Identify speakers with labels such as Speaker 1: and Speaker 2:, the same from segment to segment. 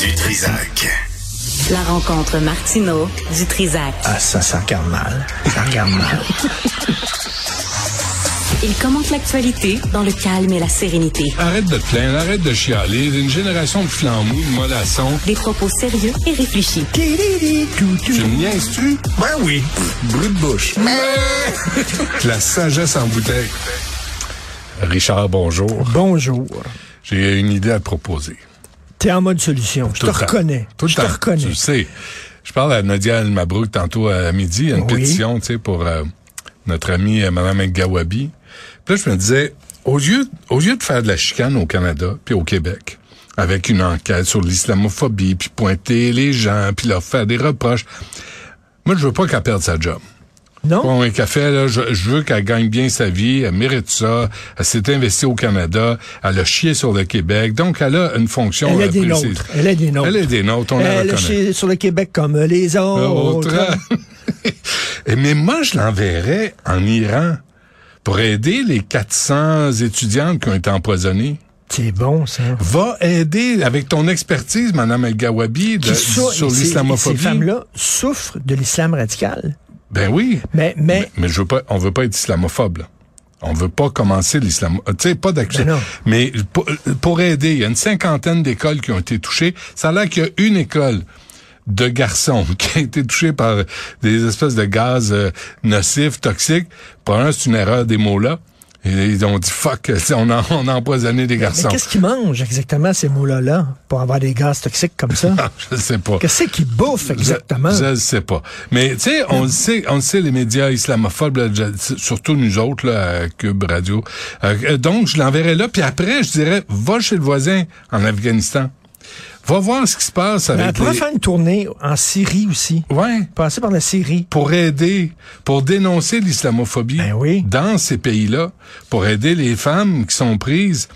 Speaker 1: Du Trisac.
Speaker 2: La rencontre Martino du Trizac.
Speaker 3: Ah, ça, ça regarde mal. Ça regarde mal.
Speaker 2: Il commente l'actualité dans le calme et la sérénité.
Speaker 4: Arrête de te plaindre, arrête de chialer. Une génération de flambouis, de mollassons.
Speaker 2: Des propos sérieux et réfléchis.
Speaker 4: Tu me niaises-tu?
Speaker 3: Ben oui.
Speaker 4: Brut de bouche. La sagesse en bouteille. Richard, bonjour.
Speaker 3: Bonjour.
Speaker 4: J'ai une idée à te proposer.
Speaker 3: T'es en mode solution. Je
Speaker 4: Tout
Speaker 3: te
Speaker 4: le temps.
Speaker 3: reconnais.
Speaker 4: Tout le
Speaker 3: Je te
Speaker 4: temps. Tu
Speaker 3: reconnais.
Speaker 4: le sais. Je parle à Nadia El Mabrouk tantôt à midi. Il y a une
Speaker 3: Oui.
Speaker 4: pétition, tu sais, pour euh, notre amie euh, Mme El Gawabi. Puis là, je me disais, au lieu, au lieu de faire de la chicane au Canada puis au Québec, avec une enquête sur l'islamophobie, puis pointer les gens, puis leur faire des reproches, moi, je veux pas qu'elle perde sa job.
Speaker 3: Non?
Speaker 4: Bon, un café, là, je, je veux qu'elle gagne bien sa vie, elle mérite ça, elle s'est investie au Canada, elle a chié sur le Québec, donc elle a une fonction euh,
Speaker 3: Elle est des
Speaker 4: précise.
Speaker 3: nôtres. Elle est des nôtres.
Speaker 4: Elle est des nôtres, on la
Speaker 3: Elle
Speaker 4: reconnaît. Euh,
Speaker 3: est sur le Québec comme les autres.
Speaker 4: Autre. Et mais moi, je l'enverrais en Iran pour aider les 400 étudiantes qui ont été empoisonnées.
Speaker 3: C'est bon, ça.
Speaker 4: Va aider avec ton expertise, Madame El Gawabi, de-
Speaker 3: Qui sou-
Speaker 4: sur
Speaker 3: ces- Ces
Speaker 4: l'islamophobie.
Speaker 3: femmes-là souffrent de l'islam radical.
Speaker 4: Ben oui.
Speaker 3: Mais, mais,
Speaker 4: Mais je veux pas, on veut pas être islamophobe. là. On veut pas commencer l'islam. euh, Tu sais, pas d'accuser.
Speaker 3: Ben non.
Speaker 4: mais pour, euh, pour aider, il y a une cinquantaine d'écoles qui ont été touchées. Ça a l'air qu'il y a une école de garçons qui a été touchée par des espèces de gaz euh, nocifs, toxiques. Probablement, c'est une erreur des mots-là. Et ils ont dit fuck, tu sais, on a, on a empoisonné des
Speaker 3: mais
Speaker 4: garçons.
Speaker 3: qu'est-ce qu'ils mangent exactement, ces moulins là pour avoir des gaz toxiques comme ça?
Speaker 4: Je sais pas.
Speaker 3: Qu'est-ce qu'ils bouffent exactement?
Speaker 4: Je ne sais pas. Mais tu sais, on le sait, on le sait les médias islamophobes, là, je- surtout nous autres là, à Cube Radio. Euh, donc je l'enverrai là, puis après je dirais, va chez le voisin en Afghanistan, va voir ce qui se passe
Speaker 3: Mais elle
Speaker 4: avec
Speaker 3: pourrait
Speaker 4: les.
Speaker 3: faire une tournée en Syrie aussi.
Speaker 4: Ouais.
Speaker 3: Passer par la Syrie.
Speaker 4: Pour aider, pour dénoncer l'islamophobie
Speaker 3: Ben oui.
Speaker 4: dans ces pays-là, pour aider les femmes qui sont prises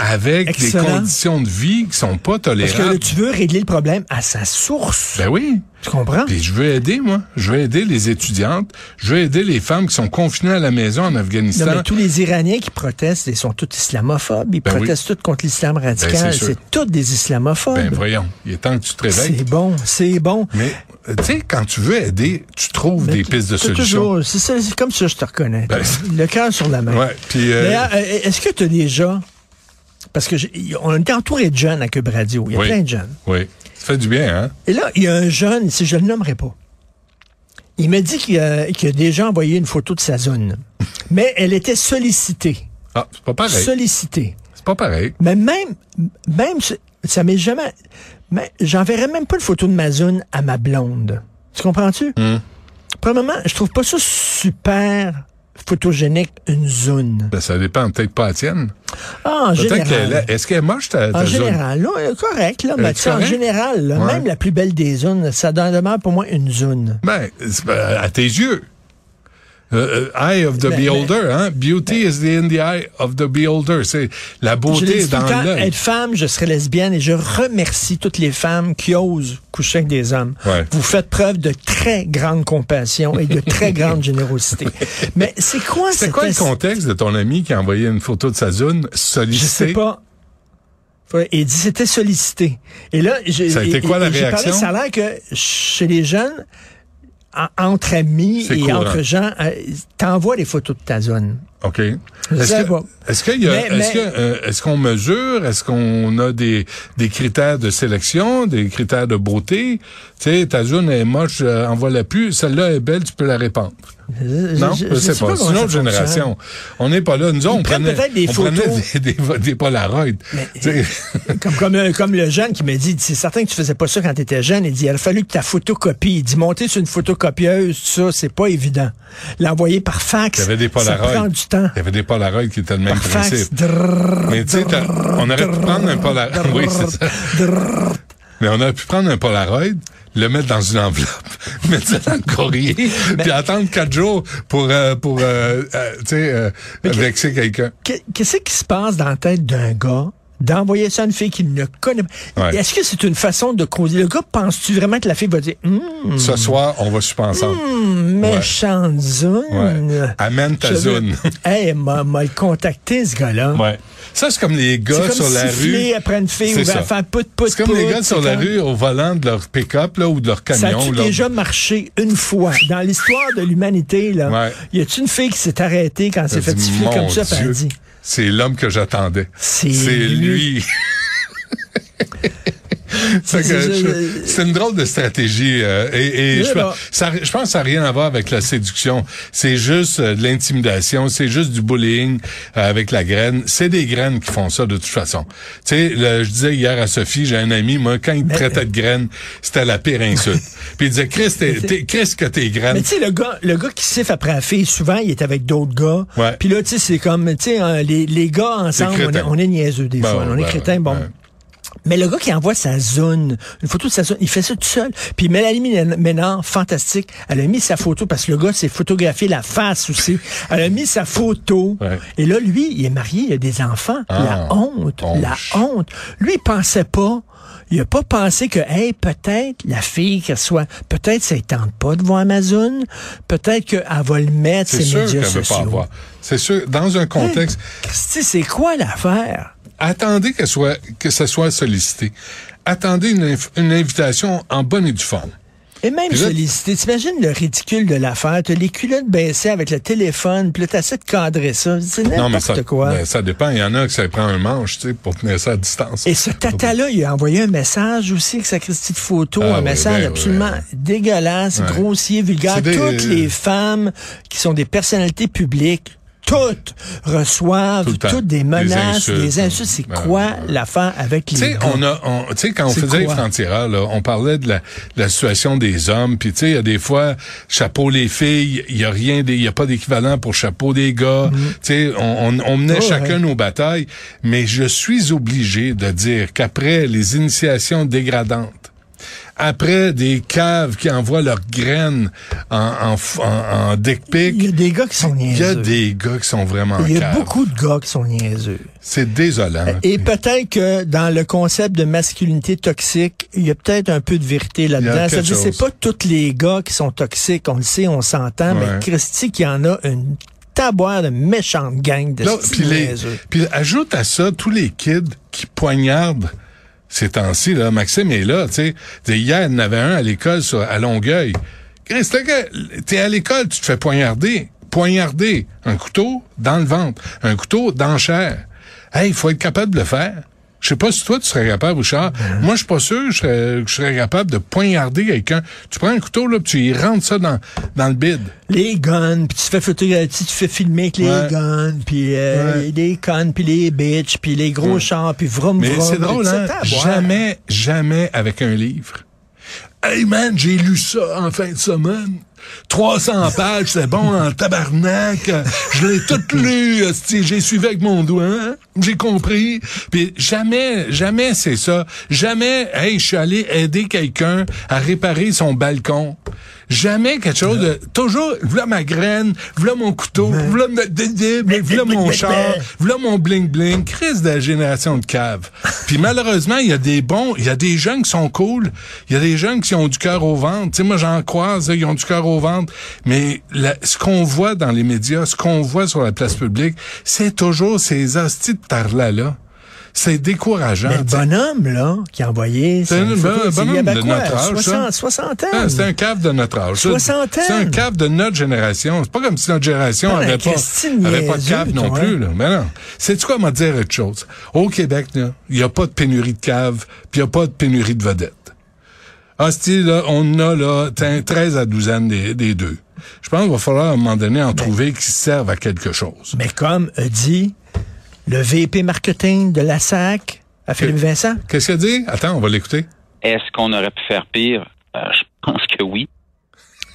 Speaker 4: avec des
Speaker 3: Excellent.
Speaker 4: conditions de vie qui sont pas
Speaker 3: Parce que là,
Speaker 4: tolérables.
Speaker 3: tu veux régler le problème à sa source.
Speaker 4: Ben oui.
Speaker 3: tu comprends?
Speaker 4: Puis je veux aider, moi. Je veux aider les étudiantes. Je veux aider les femmes qui sont confinées à la maison en
Speaker 3: Non,
Speaker 4: Afghanistan.
Speaker 3: mais tous les Iraniens qui protestent, ils sont tous islamophobes. Ils
Speaker 4: Ben oui.
Speaker 3: protestent tous contre l'islam
Speaker 4: Ben,
Speaker 3: radical.
Speaker 4: c'est sûr.
Speaker 3: c'est tous des islamophobes.
Speaker 4: Ben voyons, il est temps que tu te réveilles.
Speaker 3: c'est bon, c'est bon.
Speaker 4: Mais, euh, tu sais, quand tu veux aider, tu trouves des pistes de
Speaker 3: T'as
Speaker 4: solutions.
Speaker 3: toujours- C'est ça, c'est comme ça que je te reconnais.
Speaker 4: Ben, c'est-
Speaker 3: le cœur sur la main.
Speaker 4: Ouais, puis, euh,
Speaker 3: D'ailleurs, euh, est-ce que tu as déjà... Parce que j'ai- on était entouré de jeunes à Cube Radio. Il y a
Speaker 4: Oui.
Speaker 3: plein de jeunes.
Speaker 4: Oui, ça fait du bien, hein?
Speaker 3: Et là, il y a un jeune, si je le nommerai pas, il m'a dit qu'il a, qu'il a déjà envoyé une photo de sa zone. Mais elle était sollicitée.
Speaker 4: Ah, c'est pas pareil.
Speaker 3: Sollicitée.
Speaker 4: C'est pas pareil.
Speaker 3: Mais même, même, ce- ça m'est jamais, mais j'enverrais même pas une photo de ma zone à ma blonde. Tu comprends-tu?
Speaker 4: Hmm.
Speaker 3: Premièrement, je trouve pas ça super photogénique, une zone.
Speaker 4: Ben, ça dépend peut-être pas à la tienne.
Speaker 3: Ah, en
Speaker 4: Peut-être qu'elle
Speaker 3: général.
Speaker 4: est... Est-ce qu'elle est moche, ta, ta
Speaker 3: En
Speaker 4: zone?
Speaker 3: général, là, euh, correct, là,
Speaker 4: Euh,
Speaker 3: mais tu sais, en
Speaker 4: correct?
Speaker 3: général, là,
Speaker 4: Ouais.
Speaker 3: même la plus belle des zones, ça en demeure pour moi une zone.
Speaker 4: Ben, c'est- ben, à tes yeux. Euh, euh, eye of the
Speaker 3: Ben,
Speaker 4: beholder, hein? Beauty is in the eye of the beholder. C'est la
Speaker 3: Je
Speaker 4: beauté
Speaker 3: l'ai
Speaker 4: est
Speaker 3: dit tout le
Speaker 4: dans
Speaker 3: temps,
Speaker 4: l'œil.
Speaker 3: être femme, je serai lesbienne et je remercie toutes les femmes qui osent coucher avec des hommes.
Speaker 4: Ouais.
Speaker 3: Vous faites preuve de très grande compassion et de très grande générosité. Mais c'est quoi
Speaker 4: C'est
Speaker 3: cette
Speaker 4: quoi le
Speaker 3: es-
Speaker 4: contexte de ton ami qui a envoyé une photo de sa zone
Speaker 3: Je
Speaker 4: sollicitée?
Speaker 3: sais pas. Ouais, Il dit c'était sollicité. Et là, j'ai
Speaker 4: Ça a été
Speaker 3: et-
Speaker 4: quoi la
Speaker 3: et j'ai parlé,
Speaker 4: réaction?
Speaker 3: Ça a l'air que chez les jeunes, en- entre amis
Speaker 4: C'est
Speaker 3: et
Speaker 4: courant.
Speaker 3: entre gens, euh, t'envoies des photos de ta zone.
Speaker 4: OK.
Speaker 3: Je
Speaker 4: Est-ce
Speaker 3: sais
Speaker 4: que-
Speaker 3: pas.
Speaker 4: Est-ce qu'il y a,
Speaker 3: Mais-
Speaker 4: est-ce
Speaker 3: mais-
Speaker 4: que, euh, est-ce qu'on mesure, est-ce qu'on a des, des critères de sélection, des critères de beauté? Tu sais, ta zone est moche, euh, envoie-la plus. Celle-là est belle, tu peux la répandre. non, je, sais pas. C'est une
Speaker 3: comment
Speaker 4: autre
Speaker 3: ça fonctionne.
Speaker 4: génération. On n'est pas là. Nous, on
Speaker 3: prennent
Speaker 4: prenait,
Speaker 3: peut-être des
Speaker 4: on
Speaker 3: photos.
Speaker 4: prenait des, des, des Polaroids. Tu sais,
Speaker 3: Comme, comme, le- comme le jeune qui me dit, c'est certain que tu faisais pas ça quand tu étais jeune. Il dit, il a fallu que ta photocopie, il dit, monter sur une photocopieuse, ça, c'est pas évident. L'envoyer par fax,
Speaker 4: Il y avait des
Speaker 3: ça
Speaker 4: Polaroids.
Speaker 3: prend du temps.
Speaker 4: Il y avait des Polaroids qui étaient le même
Speaker 3: Par fax,
Speaker 4: principe. Mais tu sais, t'as- on aurait pu prendre un Polaroid. Oui, c'est ça. Mais on aurait pu prendre un Polaroid, le mettre dans une enveloppe, mettre ça dans le courrier, puis attendre quatre jours pour, euh, pour euh, euh, tu sais, euh, vexer quelqu'un.
Speaker 3: Qu'est- Qu'est-ce qui se passe dans la tête d'un gars d'envoyer ça à une fille qu'il ne connaît pas?
Speaker 4: Ouais.
Speaker 3: Est-ce que c'est une façon de causer? Le gars, penses-tu vraiment que la fille va dire, Hum,
Speaker 4: Ce soir, on va super ensemble.
Speaker 3: méchante zone?
Speaker 4: Ouais. Amène ta
Speaker 3: Hmm. Je veux-
Speaker 4: zone.
Speaker 3: hey, m'a m'a le contacté, ce gars-là.
Speaker 4: Ouais. Ça, c'est comme les gars
Speaker 3: C'est comme
Speaker 4: sur la
Speaker 3: siffler
Speaker 4: rue.
Speaker 3: après une fille
Speaker 4: C'est
Speaker 3: ou
Speaker 4: ça.
Speaker 3: faire pout, pout,
Speaker 4: C'est comme les
Speaker 3: pout,
Speaker 4: gars sur
Speaker 3: c'est
Speaker 4: la
Speaker 3: comme-
Speaker 4: rue au volant de leur pick-up là, ou de leur
Speaker 3: Ça
Speaker 4: camion.
Speaker 3: a-tu
Speaker 4: là.
Speaker 3: déjà marché une fois dans l'histoire de l'humanité? là?
Speaker 4: Ouais.
Speaker 3: Y a-t-il une fille qui s'est arrêtée quand elle s'est
Speaker 4: T'as
Speaker 3: fait
Speaker 4: dit,
Speaker 3: siffler
Speaker 4: Mon
Speaker 3: comme ça? puis elle a
Speaker 4: Dieu,
Speaker 3: dit,
Speaker 4: C'est l'homme que j'attendais.
Speaker 3: C'est
Speaker 4: lui. Fait que
Speaker 3: C'est-
Speaker 4: je- C'est une drôle de stratégie. euh, et et
Speaker 3: Là,
Speaker 4: je,
Speaker 3: là.
Speaker 4: pense- ça, je pense que ça n'a rien à voir avec la séduction. C'est juste euh, de l'intimidation, c'est juste du bullying euh, avec la graine. C'est des graines qui font ça de toute façon. Tu sais, là, je disais hier à Sophie, j'ai un ami, moi, quand il me traitait de graine, c'était la pire insulte. Puis il disait, Chris, t'es- t'es- Chris que t'es graine.
Speaker 3: Mais tu sais, le gars, le gars qui siffle après la fille, souvent, il est avec d'autres gars.
Speaker 4: Ouais.
Speaker 3: Puis là, tu sais, c'est comme, tu sais, hein, les, les gars ensemble, on est,
Speaker 4: crétin.
Speaker 3: on est niaiseux des
Speaker 4: Ben
Speaker 3: fois.
Speaker 4: ouais,
Speaker 3: on est
Speaker 4: ben
Speaker 3: crétins,
Speaker 4: ouais,
Speaker 3: bon.
Speaker 4: ben.
Speaker 3: Mais le gars qui envoie sa zone, une photo de sa zone, il fait ça tout seul. Puis Mélanie Mén- Ménard, fantastique, elle a mis sa photo, parce que le gars s'est photographié la face aussi. Elle a mis sa photo.
Speaker 4: Ouais.
Speaker 3: Et là, lui, il est marié, il a des enfants.
Speaker 4: Ah,
Speaker 3: la honte, la
Speaker 4: onche.
Speaker 3: honte. Lui, il pensait pas. Il a pas pensé que, hey, peut-être la fille qu'elle soit, peut-être ça ne tente pas de voir Amazon, peut-être qu'elle va le mettre
Speaker 4: C'est
Speaker 3: ses
Speaker 4: sûr qu'elle
Speaker 3: médias
Speaker 4: veut pas
Speaker 3: sociaux. Hein?
Speaker 4: avoir. C'est sûr, dans un contexte,
Speaker 3: Christy, c'est quoi l'affaire?
Speaker 4: attendez que, soit, que ce soit sollicité. Attendez une, inf- une invitation en bonne et due forme.
Speaker 3: Et même
Speaker 4: Puis là-
Speaker 3: sollicité, t'imagines le ridicule de l'affaire, t'as les culottes baissées avec le téléphone, puis là t'essaies de cadrer ça, c'est
Speaker 4: Non, mais ça,
Speaker 3: n'importe quoi.
Speaker 4: ben, ça dépend. Il y en a qui ça prend un manche, tu sais, pour tenir ça à distance.
Speaker 3: Et ce tata-là, il a envoyé un message aussi avec sa Christie de photo,
Speaker 4: Ah
Speaker 3: un
Speaker 4: oui,
Speaker 3: message
Speaker 4: ben,
Speaker 3: absolument
Speaker 4: ouais.
Speaker 3: dégueulasse,
Speaker 4: Ouais.
Speaker 3: grossier, vulgaire.
Speaker 4: C'est des- euh,
Speaker 3: Toutes les femmes qui sont des personnalités publiques, toutes reçoivent
Speaker 4: Tout le temps.
Speaker 3: toutes des
Speaker 4: Des
Speaker 3: menaces,
Speaker 4: insultes.
Speaker 3: des insultes. C'est
Speaker 4: Ben,
Speaker 3: quoi
Speaker 4: ben,
Speaker 3: l'affaire avec les
Speaker 4: Tu sais,
Speaker 3: gars?
Speaker 4: on a, on- tu sais, quand on
Speaker 3: C'est
Speaker 4: faisait les
Speaker 3: quoi?
Speaker 4: francs-tireurs, là, on parlait de la, de la situation des hommes, puis tu sais, il y a des fois, chapeau les filles, il y a rien, des- il y a pas d'équivalent pour chapeau des gars, tu sais, on, on, on menait
Speaker 3: Oh,
Speaker 4: chacun
Speaker 3: Mm-hmm. ouais.
Speaker 4: nos batailles, mais je suis obligé de dire qu'après les initiations dégradantes, après des caves qui envoient leurs graines en, en, f- en, en dick pic,
Speaker 3: Il y a des gars qui sont
Speaker 4: il y a
Speaker 3: niaiseux.
Speaker 4: des gars qui sont vraiment
Speaker 3: Il y a
Speaker 4: caves.
Speaker 3: beaucoup de gars qui sont niaiseux.
Speaker 4: C'est désolant.
Speaker 3: Et peut-être que dans le concept de masculinité toxique, il y a peut-être un peu de vérité
Speaker 4: Il y a
Speaker 3: là-dedans. Ça veut
Speaker 4: quelque
Speaker 3: dire c'est
Speaker 4: chose.
Speaker 3: pas tous les gars qui sont toxiques, on le sait, on s'entend,
Speaker 4: Ouais.
Speaker 3: mais Christy qui en a une taboire de méchante gang de
Speaker 4: Non, puis, les-
Speaker 3: niaiseux.
Speaker 4: puis ajoute à ça tous les kids qui poignardent ces temps-ci. Là. Maxime est là, tu sais. Tu sais. Hier, il y en avait un à l'école sur, à Longueuil. Chris, le gars, t'es à l'école, tu te fais poignarder. Poignarder. Un couteau dans le ventre. Un couteau dans la chair. Hey, il faut être capable de le faire. Je sais pas si toi, tu serais capable, Richard. Moi, je suis pas sûr que je serais, que je serais capable de poignarder quelqu'un. Tu prends un couteau, là, puis tu y rentres ça dans, dans le bide.
Speaker 3: Les guns, puis tu te fais photographier, tu te fais filmer avec les
Speaker 4: Ouais.
Speaker 3: guns, puis euh,
Speaker 4: Ouais.
Speaker 3: les cons, puis les bitches, puis les gros chars, puis vroom
Speaker 4: Mais
Speaker 3: vroom.
Speaker 4: c'est drôle,
Speaker 3: puis
Speaker 4: hein?
Speaker 3: tu sais, taboire.
Speaker 4: Jamais, jamais avec un livre. Hey man, j'ai lu ça en fin de semaine. 300 pages, c'est bon en tabarnak. Euh, Je l'ai tout lu, esti, j'ai suivi avec mon doigt, hein. j'ai compris. Puis jamais, jamais c'est ça. Jamais, hey, je suis allé aider quelqu'un à réparer son balcon. Jamais quelque chose de... Toujours, voilà ma graine, voilà mon couteau, voilà, ma- de- de- de- voilà mon char, voilà mon bling-bling. Crise de la génération de cave. Puis malheureusement, il y a des bons, il y a des jeunes qui sont cool, il y a des jeunes qui ont du cœur au ventre. Tu sais, moi, j'en croise, là, ils ont du cœur au ventre. Mais la- ce qu'on voit dans les médias, ce qu'on voit sur la place publique, c'est toujours ces hosties de tarla là C'est décourageant.
Speaker 3: Mais le
Speaker 4: Ah, t'sais.
Speaker 3: bonhomme, là, qui a envoyé.
Speaker 4: C'est
Speaker 3: sa
Speaker 4: un
Speaker 3: photo,
Speaker 4: bon-
Speaker 3: c'est- il y
Speaker 4: bonhomme
Speaker 3: avait
Speaker 4: de
Speaker 3: quoi,
Speaker 4: notre âge, ça.
Speaker 3: 60, 60 ans.
Speaker 4: Ah, c'est un cave de notre âge. ça.
Speaker 3: Hein? Soixantaine.
Speaker 4: C'est un cave de notre génération. C'est pas comme si notre génération
Speaker 3: Ah,
Speaker 4: n'avait
Speaker 3: mais
Speaker 4: pas,
Speaker 3: Christine,
Speaker 4: avait
Speaker 3: niaiseux,
Speaker 4: pas de cave non
Speaker 3: toi,
Speaker 4: plus.
Speaker 3: hein.
Speaker 4: Là. Mais non. Sais-tu quoi, m'en dire autre chose? Au Québec, là, il n'y a pas de pénurie de cave, puis il n'y a pas de pénurie de vedettes. Hostie, là, on a là, t'as 13 à 12 ans des, des deux. Je pense qu'il va falloir à un moment donné en
Speaker 3: Ben.
Speaker 4: trouver qui servent à quelque chose.
Speaker 3: Mais comme a dit le VP marketing de la SAC à Philippe
Speaker 4: Euh.
Speaker 3: Vincent,
Speaker 4: Qu'est-ce qu'elle dit? Attends, on va l'écouter.
Speaker 5: Est-ce qu'on aurait pu faire pire? Euh, je pense que oui.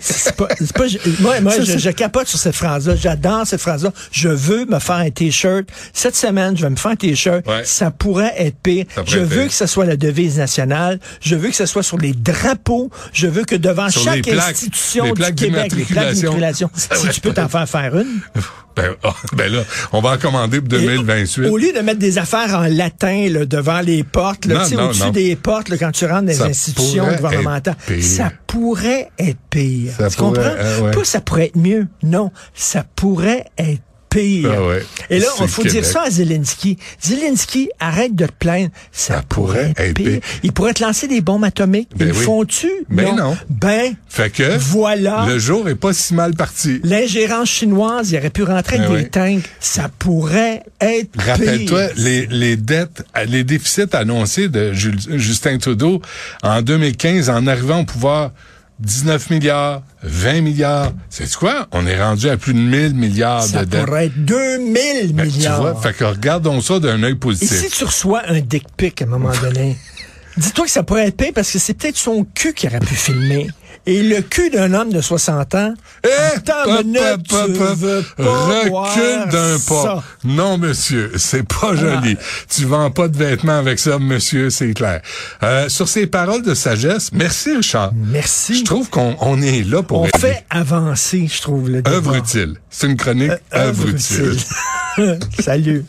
Speaker 3: c'est pas, c'est pas- je- moi, moi, je, je capote sur cette phrase-là. J'adore cette phrase-là. Je veux me faire un T-shirt. Cette semaine, je vais me faire un T-shirt.
Speaker 4: Ouais.
Speaker 3: Ça pourrait être pire.
Speaker 4: Ça pourrait
Speaker 3: Je
Speaker 4: être
Speaker 3: veux
Speaker 4: pire.
Speaker 3: que ce soit la devise nationale. Je veux que ce soit sur les drapeaux. Je veux que devant
Speaker 4: Sur les
Speaker 3: chaque
Speaker 4: plaques,
Speaker 3: institution
Speaker 4: les
Speaker 3: du
Speaker 4: plaques
Speaker 3: Québec, les plaques
Speaker 4: d'immatriculation.
Speaker 3: d'immatriculation,
Speaker 4: Ça
Speaker 3: si
Speaker 4: va
Speaker 3: tu peux t'en faire faire une.
Speaker 4: Ben, ah, ben là, on va en commander pour
Speaker 3: Et
Speaker 4: 2028.
Speaker 3: Au lieu de mettre des affaires en latin là, devant les portes,
Speaker 4: Non,
Speaker 3: là, tu sais,
Speaker 4: non, non.
Speaker 3: au-dessus des portes, là, quand tu rentres dans les
Speaker 4: Ça
Speaker 3: institutions
Speaker 4: pourrait
Speaker 3: gouvernementales,
Speaker 4: être pire.
Speaker 3: ça pourrait être pire.
Speaker 4: Ça
Speaker 3: tu
Speaker 4: pourrait,
Speaker 3: comprends?
Speaker 4: hein, ouais.
Speaker 3: Pas ça pourrait être mieux. Non, ça pourrait être pire.
Speaker 4: Ah ouais.
Speaker 3: Et là,
Speaker 4: C'est
Speaker 3: il
Speaker 4: le
Speaker 3: faut
Speaker 4: Québec.
Speaker 3: dire ça à Zelensky. Zelensky, arrête de te plaindre. Ça,
Speaker 4: Ça pourrait
Speaker 3: pourrait
Speaker 4: être
Speaker 3: être pire.
Speaker 4: pire.
Speaker 3: Il pourrait te lancer des bombes atomiques.
Speaker 4: Ben
Speaker 3: Ils le
Speaker 4: oui.
Speaker 3: font-tu?
Speaker 4: Ben non.
Speaker 3: Ben,
Speaker 4: Fait que
Speaker 3: Voilà.
Speaker 4: le jour est pas si mal parti.
Speaker 3: l'ingérence chinoise, il aurait pu rentrer avec
Speaker 4: Ben
Speaker 3: des
Speaker 4: oui.
Speaker 3: tanks. Ça pourrait être pire.
Speaker 4: Rappelle-toi les, les dettes, les déficits annoncés de Jul- Justin Trudeau en 2015 en arrivant au pouvoir. 19 milliards, 20 milliards. C'est quoi? On est rendu à plus de 1000 milliards
Speaker 3: Ça
Speaker 4: de dettes.
Speaker 3: pourrait être 2000
Speaker 4: Ben, tu
Speaker 3: milliards.
Speaker 4: vois, fait que regardons ça d'un œil
Speaker 3: Et si
Speaker 4: positif.
Speaker 3: tu reçois un dick pic à un moment donné, dis-toi que ça pourrait être pire parce que c'est peut-être son cul qui aurait pu filmer. Et le cul d'un homme de 60 ans,
Speaker 4: Eh,
Speaker 3: Attends
Speaker 4: pop,
Speaker 3: une minute,
Speaker 4: pop, pop,
Speaker 3: tu
Speaker 4: pop.
Speaker 3: veux pas
Speaker 4: recule
Speaker 3: voir
Speaker 4: d'un pas.
Speaker 3: ça. Ah.
Speaker 4: Non, monsieur, c'est pas joli. Tu vends pas de vêtements avec ça, monsieur, c'est clair. Euh, sur ces paroles de sagesse, merci Richard.
Speaker 3: merci.
Speaker 4: Je trouve qu'on on est là pour
Speaker 3: On
Speaker 4: aider.
Speaker 3: fait Euh, avancer, je trouve, le
Speaker 4: œuvre
Speaker 3: débat.
Speaker 4: utile. C'est une chronique
Speaker 3: Euh,
Speaker 4: œuvre utile.
Speaker 3: utile. Salut.